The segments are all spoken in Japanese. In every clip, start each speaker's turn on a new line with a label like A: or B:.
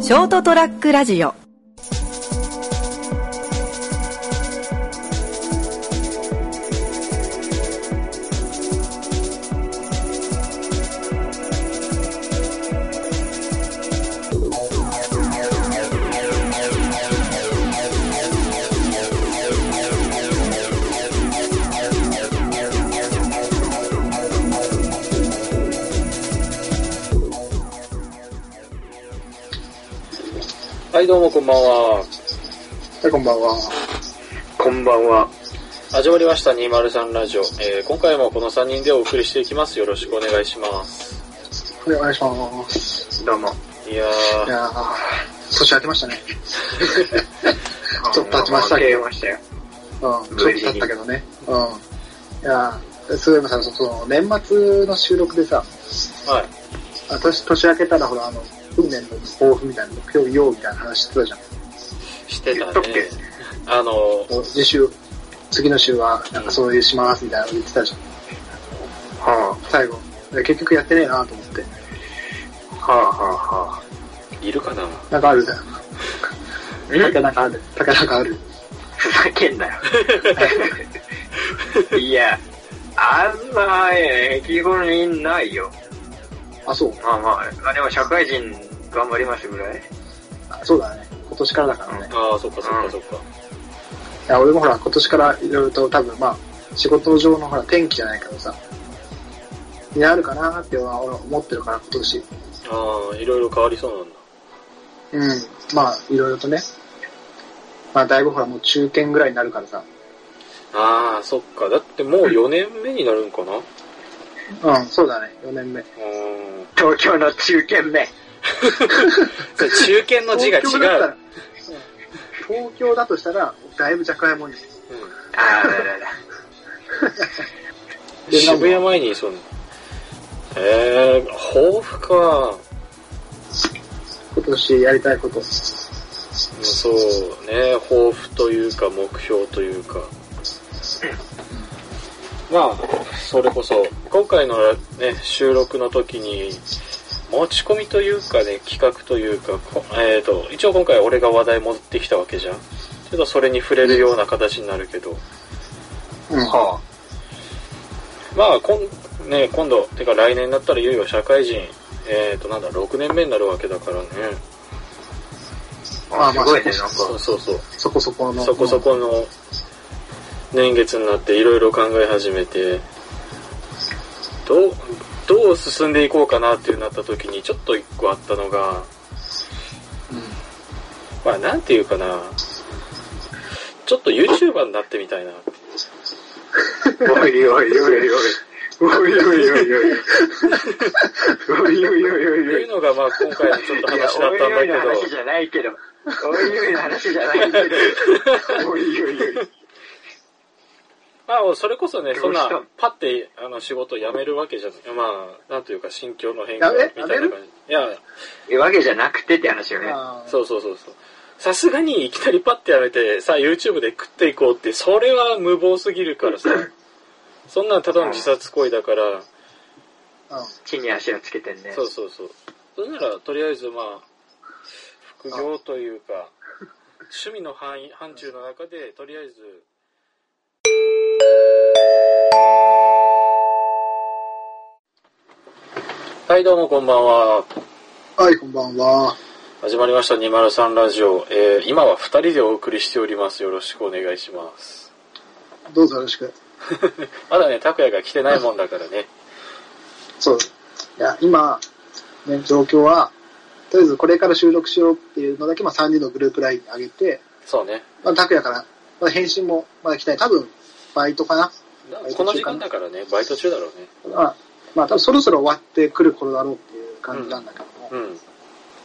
A: ショートトラックラジオ
B: はい、どうもこんばんは。
C: はい、こんばんは。
D: こんばんは。
B: 始まりました203ラジオ。えー今回もこの3人でお送りしていきます。よろしくお願いします。
C: はい、お願いします。
D: どうも。
B: いや
C: い
B: ー、
C: やー、年明けましたね。ちょっと経ちましたけ
D: け
C: ど
D: ましたよ。
C: うん、ちょっと経ったけどね。うん。いやー、そういえばさ、その、年末の収録でさ、
B: はい。
C: あ年、年明けたらほら、あの、運年の抱負みたいな、目標ようみたいな話してたじゃん。
B: して
D: 言
B: た
D: っと
B: ね
D: くけ。
B: あのー、
C: もう次週、次の週は、なんかそういうしますみたいなの言ってたじゃん。
D: は
C: 最後。で結局やってねえなと思って。
D: あ、はあ、はあ、はい
B: るかな
C: なんかあるだよ。
D: あ。ん
C: 竹なんかある。竹なんかある。
D: ふざけんな よ。いや、あんま、えー、基本にないよ。
C: あ、そう。
D: まあまあ、まあでも社会人頑張りますぐらい。
C: あそうだね。今年からだからね。
B: あー、そっかそっかそっか。
C: いや、俺もほら、今年からいろいろと多分まあ、仕事上のほら、天気じゃないけどさ、になるかなって俺は思ってるから、今年。
B: あー、いろいろ変わりそうなんだ。
C: うん。まあ、いろいろとね。まあ、だいぶほら、もう中堅ぐらいになるからさ。
B: あー、そっか。だってもう4年目になるんかなう
C: うん、そうだね。4年目。
B: ーん。
D: 東京の中堅目。
B: それ中堅の字が違
C: 東京だった
B: う。
C: らうん東京だとしたら、だいぶ若輩もんよ。
D: ああ、だだだ。
B: うん、渋谷前にいそうな。えー、抱負か。
C: 今年やりたいこと。
B: そうね、抱負というか目標というか。まあ、それこそ、今回のね、収録の時に、持ち込みというかね、企画というか、こえっ、と、一応今回俺が話題持ってきたわけじゃん。ちょっとそれに触れるような形になるけど、
C: うん。
D: は
B: まあ、こん、ね、今度、てか来年になったらいよいよ社会人、えっ、と、なんだ、6年目になるわけだからね。
D: あ。
C: まあ
D: す
C: まあ
D: ごいね、なん
B: そう
D: か。
B: そうそう。
C: そこそこの。
B: そこそこの年月になっていろいろ考え始めて、どう、どう進んでいこうかなっていうなった時にちょっと一個あったのが、
C: うん。
B: まあなんていうかな、ちょっと YouTuber になってみたいな。
D: おいおいおいおい。お いおいおいおい。おいおいおいお
B: と
D: いお
B: い
D: い。
B: うのがまあ今回のちょっと話だったんだ
D: いやおいおいの話
B: け
D: じゃないけど。おいおいの話じゃないけど。おいおいおい。
B: ど、まあそれこそね、そんな
D: どうし
B: パッてあの仕事辞めるわけじゃない。まあなんというか心境の変化
C: や
B: み
C: め
B: たいな
C: やめ
B: 感じ。いや、
D: え、わけじゃなくてって話よね。
C: あー
B: そうそうそうそう。さすがにいきなりパッてやめて、さあ YouTube で食っていこうって、それは無謀すぎるからさ。そんなんただの自殺行為だから、
C: うん。
D: 地に足をつけてんね。
B: そうそうそう。それなら、とりあえずまあ、副業というか、趣味の範囲、範疇の中で、とりあえず、はい、どうもこんばんは。
C: はい、こんばんは。
B: 始まりました203ラジオ、えー今は2人でお送りしておりますよろしくお願いします
C: どうぞよろしく。
B: まだね拓也が来てないもんだからね
C: そう。いや、今、ね、状況は、とりあえずこれから収録しようっていうのだけ、まあ、3人のグループ LINE に上げて、
B: そうね
C: まあ、拓也から、まあ、返信もまだ来ない。多分、バイトかな。
B: この時間だからねバイト中だろうね
C: まあ、まあ、多分そろそろ終わってくる頃だろうっていう感じなんだけども、ま
B: うん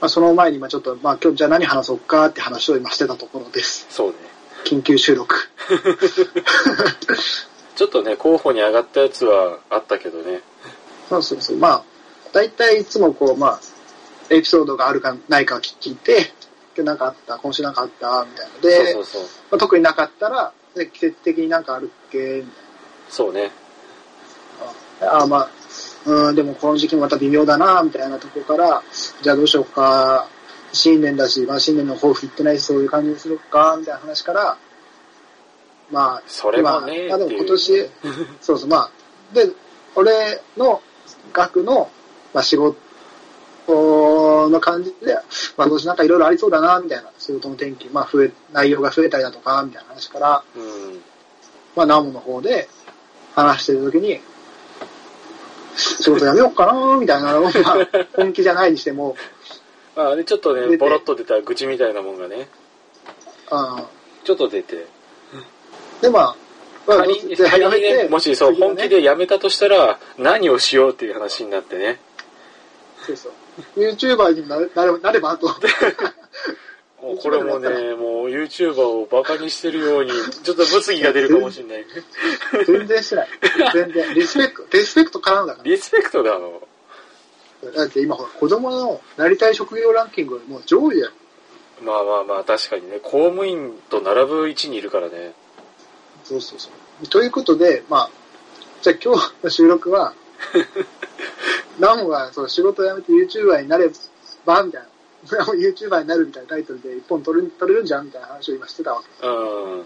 C: あ、その前に、まあ、ちょっと、まあ、今日じゃあ何話そうかって話を今してたところです。
B: そうね
C: 緊急収録。
B: ちょっとね候補に上がったやつはあったけどね
C: そうそうそう。まあ、大体いつもこう、まあ、エピソードがあるかないか聞いて、で、なんかあった、今週なんかあった、みたいなので、
B: そうそうそう
C: まあ、特になかったら、で季節的になんかあるっけみたい
B: そうね
C: な。ああ、まあ、うん、でもこの時期もまた微妙だな、みたいなとこから、じゃあどうしようか、新年だし、まあ新年の抱負言ってないし、そういう感じにするか、みたいな話から、まあ、
B: それもね
C: まあ、まあでも
B: っていう
C: 今年、そうそう、まあ、で、俺の額の、まあ仕事の感じで、まあ今年なんかいろいろありそうだな、みたいな、仕事の天気、まあ増え、内容が増えたりだとか、みたいな話から、
B: うん。
C: まあ、ナムの方で話してるときに、仕事辞めようかなみたいなの が、まあ本気じゃないにしても、
B: あでちょっと
C: 出
B: ね、
C: て
B: ボロッと出た愚痴みたいなもんがね、
C: あ
B: ちょっと出て。
C: ーで、まあ、まあ、
B: 仮に、
C: で
B: 仮にね、もしそう、
C: 次の
B: 本
C: ね
B: 気で辞めたとしたら、何をしようっていう話になってね。
C: そうそう。YouTuber になれなれな ればと。
B: もうこれもね、もう YouTuber をバカにしてるように、ちょっと物議が出るかもしれない。
C: 全然してない。全然。リスペクト、リスペクトからんだか
B: リスペクトだろ。
C: ら。だって今、ほら子供のなりたい職業ランキングよりも上位だよ。
B: まあまあまあ、確かにね、公務員と並ぶ位置にいるからね。
C: そうそうそう。ということで、まあ、じゃあ今日の収録は、ナモがそう仕事を辞めて YouTuber になれば、 みたいな。ナモ YouTuber になるみたいなタイトルで一本取れ取れるんじゃんみたいな話を今してたわけ
B: うん。
C: で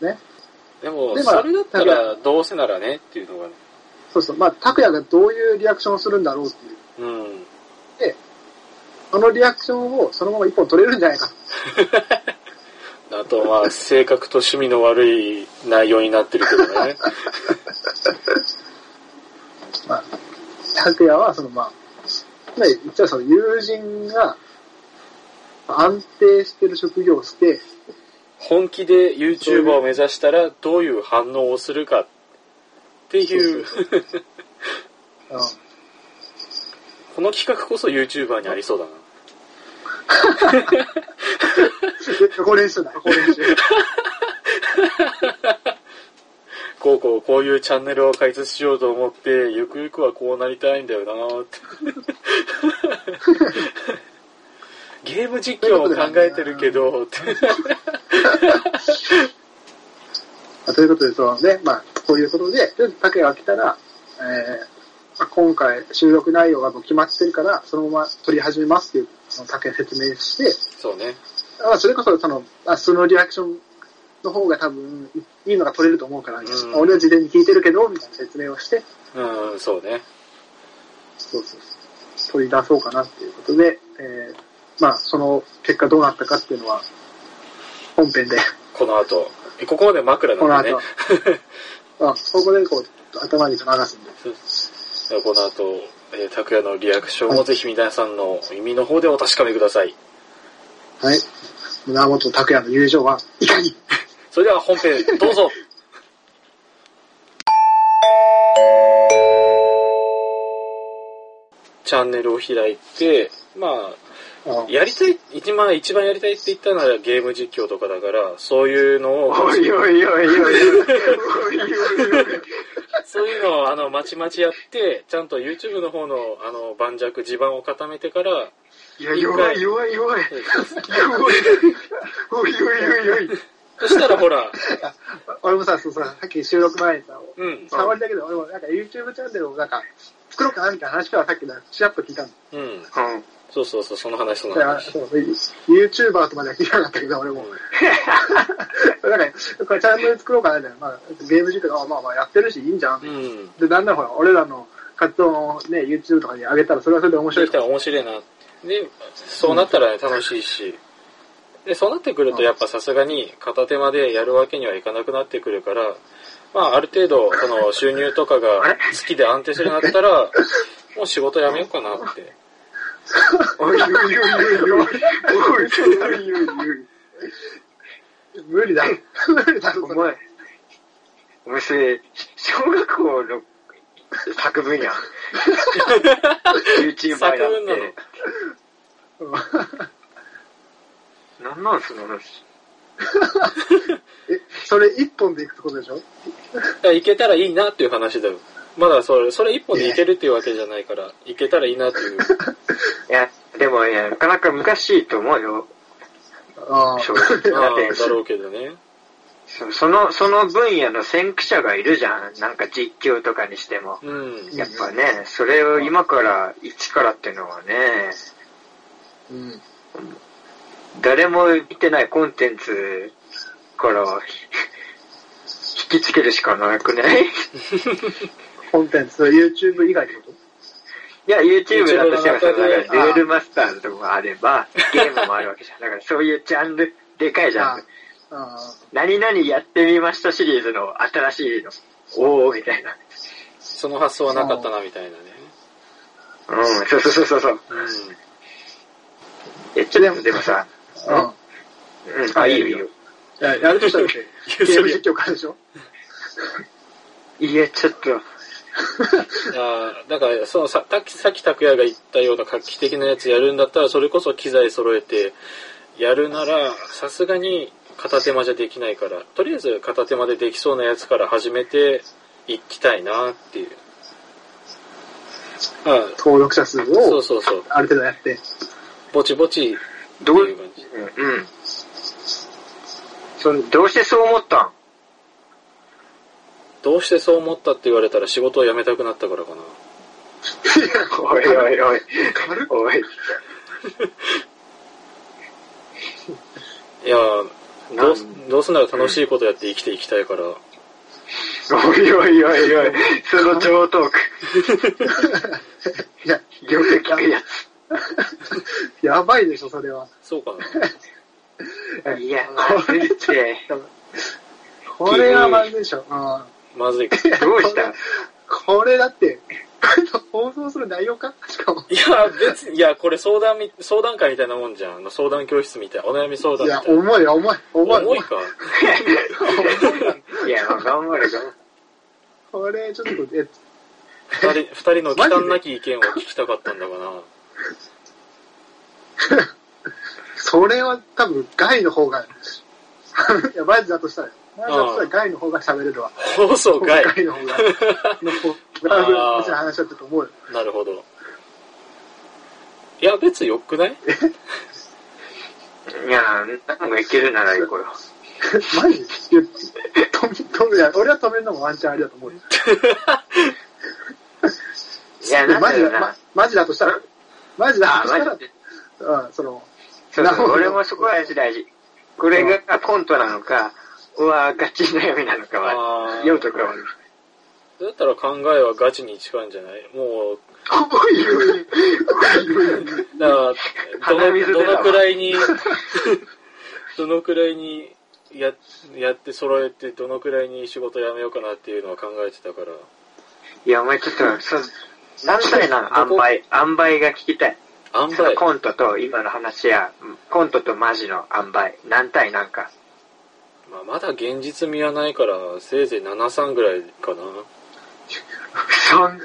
C: すね。
B: でも、
C: でまあ
B: それだったら、どうせならねっていうのがね。
C: そうそう。まあ、拓也がどういうリアクションをするんだろうっていう。
B: うん。
C: そのリアクションをそのまま一本取れるんじゃないかと。
B: あと、まあ、性格と趣味の悪い内容になってるけど ね。
C: まあ、拓也はそのまあ、まあ、言ったらその友人が安定してる職業をして、
B: 本気で YouTuber を目指したら、どういう反応をするかっていう、
C: うん、
B: この企画こそ YouTuber にありそうだな。
C: 予行練習だ、予行練習。
B: こうこう、こういうチャンネルを開設しようと思って、ゆくゆくはこうなりたいんだよなー って。ゲーム実況を考えてるけど、って
C: まあということで、そのね、まあ、こういうことで、とりあえず拓也が来たら、えーまあ、今回収録内容がもう決まってるから、そのまま撮り始めますっていう、その拓也に説明して、
B: そうね。
C: まあ、それこそその、あそのリアクションの方が多分いいのが撮れると思うから、
B: ん
C: まあ俺は事前に聞いてるけど、みたいな説明をして、
B: うん、そうね。
C: そうそうそう、取り出そうかなっていうことで、えーまあ、その結果どうなったかっていうのは、本編で、
B: この後。えここまで枕
C: この
B: なんで
C: 後
B: ね
C: は。、あ、ここでこう、頭に流すんで、
B: この後、えー、拓也のリアクションをぜひ皆さんの耳の方でお確かめください。
C: はい。胸元拓也の友情はいかに
B: それでは本編、どうぞチャンネルを開いて、まあ、
C: あ
B: やりたい、一番、一番やりたいって言ったならゲーム実況とかだから、そういうの を、
D: おいおいおいおいおいおいおいおい
B: そういうのを、あの、まちまちやって、ちゃんと YouTube の方の、あの、盤石、地盤を固めてから、
D: いや弱い弱い弱い弱いおいおいおいおい
B: そしたらほら、
C: 俺もさ、そうさ、さっき収録前にさ、
B: うん、
C: 触りだけで俺もなんか YouTube チャンネルをなんか作ろうかなみたいな話からさっきのチラッと聞いたの。
B: うん、
D: うん
B: そうそうそう、その話、その
C: だから
B: 話。
C: そう YouTuber とまでは聞いてなかったけど、 俺も。だから、これチャンネル作ろうかなみたいな。まあ、ゲーム実況が、あまあまあやってるしいいんじゃん。
B: うん。
C: で、だんだんほら、俺らの活動をね、YouTube とかに上げたらそれはそれで面
B: そ
C: 白
B: う
C: い
B: きたら面白いな。で、そうなったらね、楽しいし。で、そうなってくるとやっぱさすがに片手間でやるわけにはいかなくなってくるから、まあある程度、その収入とかが好きで安定するようになったら、もう仕事辞めようかなって。
D: おいおいおいおいおいおいおいおい
C: 無理だ。無理だ、
D: お前、お前それ、小学校の作文やん。YouTuber
B: 作
D: や
B: 文な
D: っ
B: の
D: て。なんなんその話。
C: え、それ一本でいくってことでしょ
B: だからいけたらいいなっていう話だよ。まだそれ、それ一本でいけるっていうわけじゃないから、いけたらいいなって いう。
D: いや、でもいや、なかなか難しいと思うよ。
C: ああ。
D: 正直。
B: ま
D: だ
B: あ、
D: って
B: だろうけどね。
D: そ、その、その分野の先駆者がいるじゃん。なんか実況とかにしても。
B: うん。
D: やっぱね、それを今から、一からっていうのはね、
C: うん。
D: 誰も見てないコンテンツからひ引きつけるしかなくない
C: コンテンツ、YouTube 以外ってこと
D: いや、YouTube だとしてもさ、だ
B: YouTube
D: か
B: の
D: ら、
B: 中
D: デ
B: で
D: ュエルマスターズとかもあれば、ゲームもあるわけじゃん。だから、そういうジャンル、でかいジャンル。
C: ああ
D: 何々やってみましたシリーズの新しいの。おー、みたいな。
B: その発想はなかったな、みたいなね。
D: うん、そうそうそうそうそう。
B: う
D: え、ちょでも、でもさ、
C: うん。
D: うん、あ、いいよいいよ。
C: いややるとしたらね、
B: や
C: ゲーム実況からでしょ
D: いや、ちょっと、
B: ん。あーだから、そのさ、たさっき拓也が言ったような画期的なやつやるんだったら、それこそ機材揃えてやるなら、さすがに片手間じゃできないから、とりあえず片手間でできそうなやつから始めていきたいなっていう。あー
C: 登録者数
B: そ
C: を
B: うそうそう。
C: ある程度やって。
B: ぼちぼちって
D: どう
B: い、う感じ。
D: うん。うんそのどうしてそう思ったん
B: どうしてそう思ったって言われたら仕事を辞めたくなったからかな。
D: おいおいおい。おい。
B: いやーどうす
D: なん
B: どうすんなら楽しいことやって生きていきたいから、
D: おいおいおいおい。その上トーク。
C: いや、
D: よく聞くや
C: やばいでしょ、それは。
B: そうかな。
D: つ。いや、これって、
C: これはまずいでしょ。うん。
B: まずいか。
D: どうした
C: これだって、放送する内容かしかも。
B: いや、別に、いや、これ相談み、相談会みたいなもんじゃん。あの相談教室みたいな、お悩み相談
C: い
B: み
C: や、
B: たいな。
C: 重い、重い、重い。
B: 重いか。
D: いや、頑張れ、頑張れ。
C: これ、ちょっと、え、
B: 二 人、二人の忌憚なき意見を聞きたかったんだかな。
C: それは多分、ガイの方が、 いや、バイズだとしたら、バイズだとしたらガイの方が喋れるわ。
B: 放送外。
C: ガイの方が、の方が、ガイの話だったと思うよ。
B: なるほど。いや、別によくない
D: いや、なんかいけるなら行こうよ。
C: マジいや止め、止め、いや、俺は止めるのもワンチャンありだと思うよ。
D: いや、
C: いや
D: なん
C: マ
D: だ
C: ジ
D: よ
C: だ、
D: な
C: ま。マジだとしたら、マジだ
D: あ
C: と、した
D: マ
C: ら
D: ジ、で。
C: うん、その、
D: そう
C: なる
D: そ
C: ほ
D: う、
C: ど
D: 俺もそこは大事大事。これがコントなのか、うわガチ悩みなのかは
B: あ、ー
D: 読むところはある。
B: だったら考えはガチに近いんじゃないもう、
D: おいおい
B: だから、ど
D: 鼻水
B: の、
D: 出
B: ど
D: た
B: の
D: わ
B: くらいに、 どのくらいにや、やって揃えて、どのくらいに仕事辞めようかなっていうのは考えてたから。
D: いや、お前ちょっと、そ何歳なの塩
B: どこ
D: 梅、塩梅が聞きたい。
B: あん
D: そ
B: ば
D: の
B: い。
D: コントと今の話や、うんコントとマジの塩梅、何対何か。
B: まあ、まだ現実味はないから、せいぜい7、3ぐらいかな。
D: 三、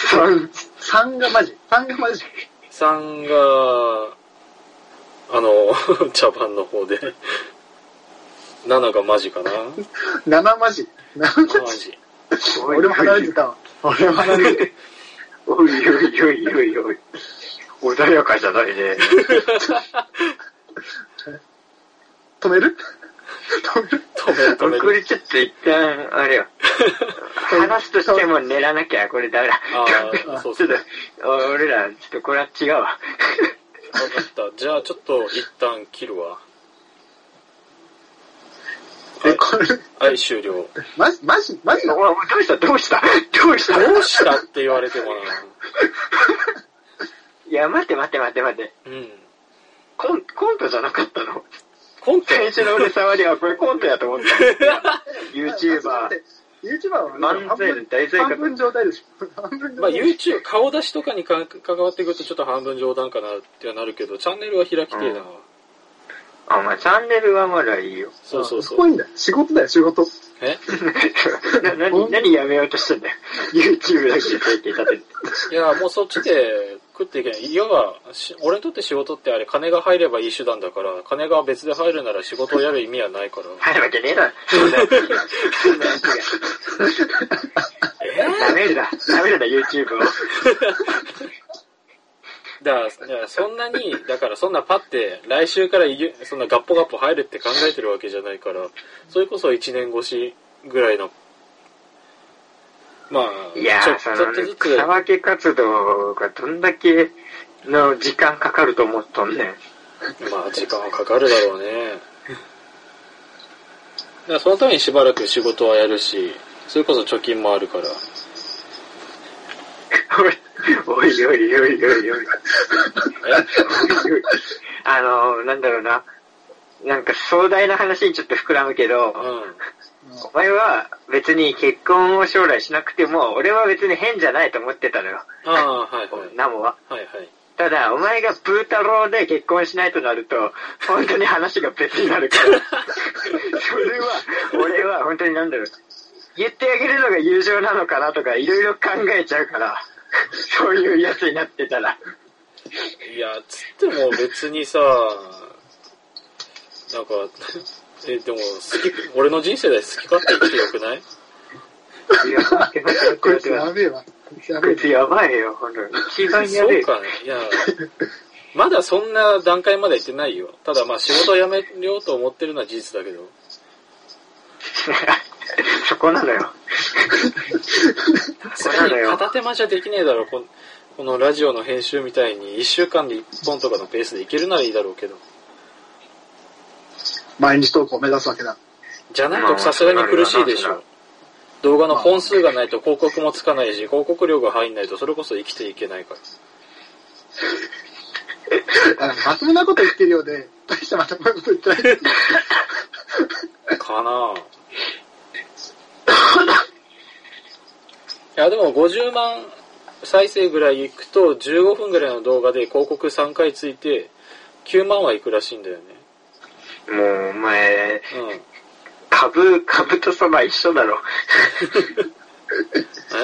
D: 三、
C: 3がマジ、3がマジ。
B: 3が、あの、 茶番の方で。7がマジかな。
C: 7マジ。7
B: マジ。
C: 俺も離れてたわ。俺も離れて
D: おいおいおいおいおい。穏やかじゃないね。
C: た。止める止める
B: 止める
D: こ
B: 止める。
D: れちょっと一旦、あれよ。話としても練らなきゃ、これダメだ。
B: ああ、そう
D: ち
B: そ
D: ょ
B: う。
D: っと、お俺ら、ちょっとこれは違うわ。
B: わかった。じゃあ、ちょっと一旦切るわ。
C: え、これ、
B: はい、終了。
C: マジ、マジ、マジ
D: お
C: の
D: 前どうしたどうしたどうした
B: どうしたって言われてもな。
D: いや、待って待って待って待って。
B: うん。
D: コンコントじゃなかったの
B: コント
D: 最初の俺触りはこれコントやと思った。
C: YouTuber
D: YouTuber。
C: は
D: 漫才の大正
C: 半
D: 解。
C: 分状態でしょ。半分
B: まあ
C: 状態。
B: YouTube、顔出しとかにか関わってくるとちょっと半分冗談かなってはなるけど、チャンネルは開きてえな。
D: うんあ、お前チャンネルはまだいいよ。
B: そうそう
C: すご
B: そう。
C: いんだよ。仕事だよ、仕事。
B: え
D: な何、何やめようとしてんだよ。YouTube だけで生計立てて。
B: いや、もうそっちで食っていけない。いわば、し俺にとって仕事ってあれ、金が入ればいい手段だから、金が別で入るなら仕事をやる意味はないから。
D: 入るわけねえだろ。そ んなやつが。そんなやつが。ダメるだ。ダメるだ、YouTube を。
B: だから、だからそんなに、だからそんなパって、来週からいゆそんなガッポガッポ入るって考えてるわけじゃないから、それこそ1年越しぐらいの、まあ、
D: いや
B: ちょ
D: ー、そ
B: ちょ
D: の
B: っとず、つ
D: 草、分け活動がどんだけの時間かかると思っとんねん。
B: まあ時間はかかるだろうね。だからそのためにしばらく仕事はやるし、それこそ貯金もあるから。
D: おい、おいおいおいおいおい。あのー、なんだろうな。なんか壮大な話にちょっと膨らむけど、
B: うん。
D: お前は別に結婚を将来しなくても、俺は別に変じゃないと思ってたのよ。
B: ああ、はいはい。
D: ナモは。
B: はいはい。
D: ただ、お前がブー太郎で結婚しないとなると、本当に話が別にな るから。それは、俺は本当になんだろう。言ってあげるのが友情なのかなとか、いろいろ考えちゃうから、そういうやつになってたら。
B: いや、つっても別にさ、なんか、え、でも、好き、俺の人生で好き勝手生きてよくない
D: いや、待って待って
C: こい
D: 待って
C: つや
D: 待っ
C: べえわ。や
D: て
C: べ
D: こ
C: え
D: い。つやばいよ、ほんとに。一番やべ
B: そ
D: え
B: う。かね。いや、まだそんな段階まで行ってないよ。ただまあ仕事を辞めようと思ってるのは事実だけど。
D: そこ なのよ。
B: さ
D: こなのよ
B: 片手間じゃできねえだろ、このこのラジオの編集みたいに1週間で1本とかのペースでいけるならいいだろうけど。
C: 毎日投稿を目指すわけだ。
B: じゃないとさすがに苦しいでしょ。動画の本数がないと広告もつかないし、広告量が入んないとそれこそ生きていけないから。
C: あのまともなこと言ってるようで、大したまともなこと言ってない。
B: かなぁ。いや、でも50万再生ぐらいいくと、15分ぐらいの動画で広告3回ついて、9万はいくらしいんだよね。
D: もう、お前、
B: うん。え
D: 株、株とそば一緒だろ。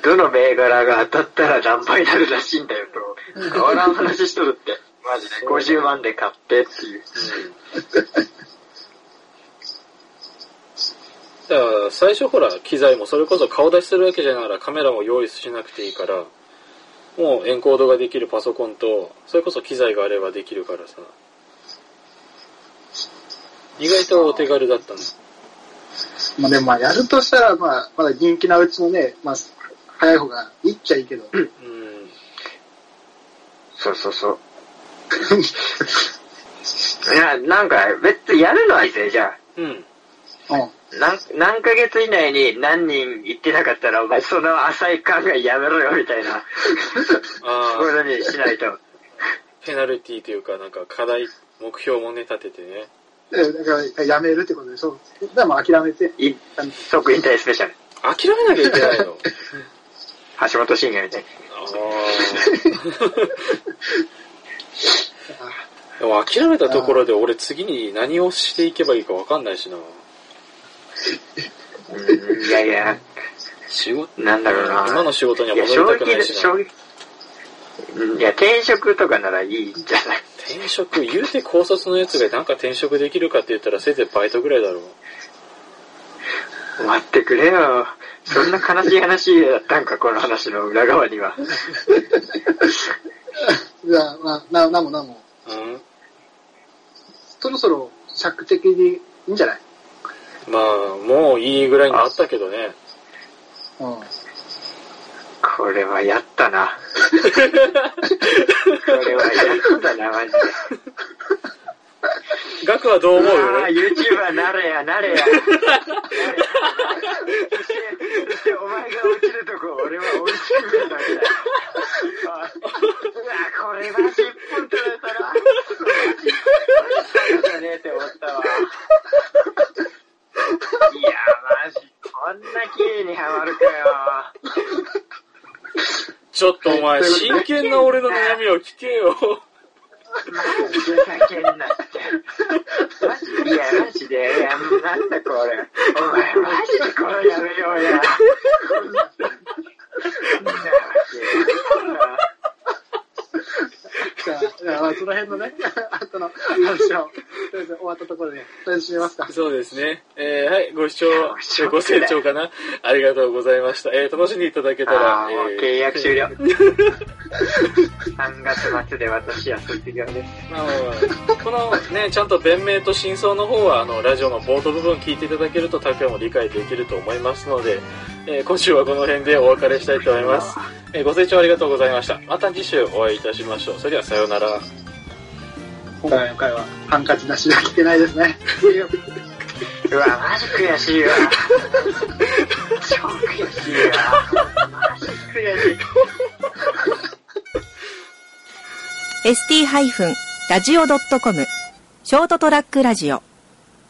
D: どの銘柄が当たったら何倍になるらしいんだよと。変わらん話しとるって。マジで。50万で買ってってい
B: うん。
D: う。
B: だから、最初ほら、機材もそれこそ顔出しするわけじゃないからカメラも用意しなくていいから、もうエンコードができるパソコンと、それこそ機材があればできるからさ。意外とお手軽だったの。
C: まあでもまあやるとしたら、まあ、まだ人気なうちのね、まあ、早い方がいいっちゃいいけど。
B: うん。
D: そうそうそう。 いや、なんか、別にやるのはいいぜ、じゃあ。
B: うん。
C: うん。
D: 何、何ヶ月以内に何人行ってなかったら、お前その浅い考えやめろよ、みたいな。
B: あ
D: こう
B: あ、
D: いうのにしないと。
B: ペナルティというか、なんか課題、目標もね、立ててね。
C: えだから、やめるってことでしょ。でも諦めて。
D: い即引退スペシャル。
B: 諦めなきゃいけないの。
D: 橋本慎也みたい
B: ああ。 でも諦めたところで俺次に何をしていけばいいかわかんないしな。
D: な。うん、いやいや、
B: 仕事、
D: なんだろうな。
B: 今の仕事にはい
D: や、
B: 戻
D: 衝
B: りたく
D: 撃
B: な
D: で、
B: いしな
D: 衝。撃。うんいや、転職とかならいいんじゃない
B: 転職、言うて高卒のやつがなんか転職できるかって言ったらせいぜいバイトぐらいだろう。
D: 待ってくれよ。そんな悲しい話だったんか、この話の裏側には。
C: じゃあ、まあ、な、なんもなんも。
B: うん。
C: そろそろ、尺的にいいんじゃない
B: まあ、もういいぐらいになったけどね。
C: うん。
D: これはやった な。これはやったな、マジで。
B: 額はどう思う
D: ああ、YouTuber なれや、なれや。なれやそしてそしてお前が落ちるとこ、俺は追いつくんだけだ。ああうわ、これは尻本取られたな。そうじゃねえって思ったわ。いや、マジ、こんな綺麗にハマるかよ。
B: ちょっとお前、真剣な俺の悩みを聞けよ。
D: マジふざけんなって。マジで、いや、マジで、いや、なんだこれ。お前、マジでこれやめようや。こんなわ
C: じゃあ、じゃあまあその辺のね、 あとの話を、とりあえず終わったところで、とりあえず締めますか。
B: そうですね。えーはい、ご視聴
D: やもうショッ、ク
B: ご
D: だよ
B: 清聴かな。ありがとうございました。えー楽しんでいただけ
D: け
B: た
D: あ
B: ら
D: あ、、もう
B: えー
D: 契約終了。3月末で私は卒業です。
B: まあこのね、ちゃんと弁明と真相の方は、あの、ラジオの冒頭部分聞いていただけると、拓也も理解できると思いますので、えー今週はこの辺でお別れしたいと思います。えーご清聴ありがとうございました。また次週お会いいたしましょう。それではさようなら。
C: 今回の回はハンカチなしでは聞けないですね。
D: うわ、マジ悔しいわ。超悔しいわ。マジ悔しい。
A: ST-radio.com ショートトラックラジオ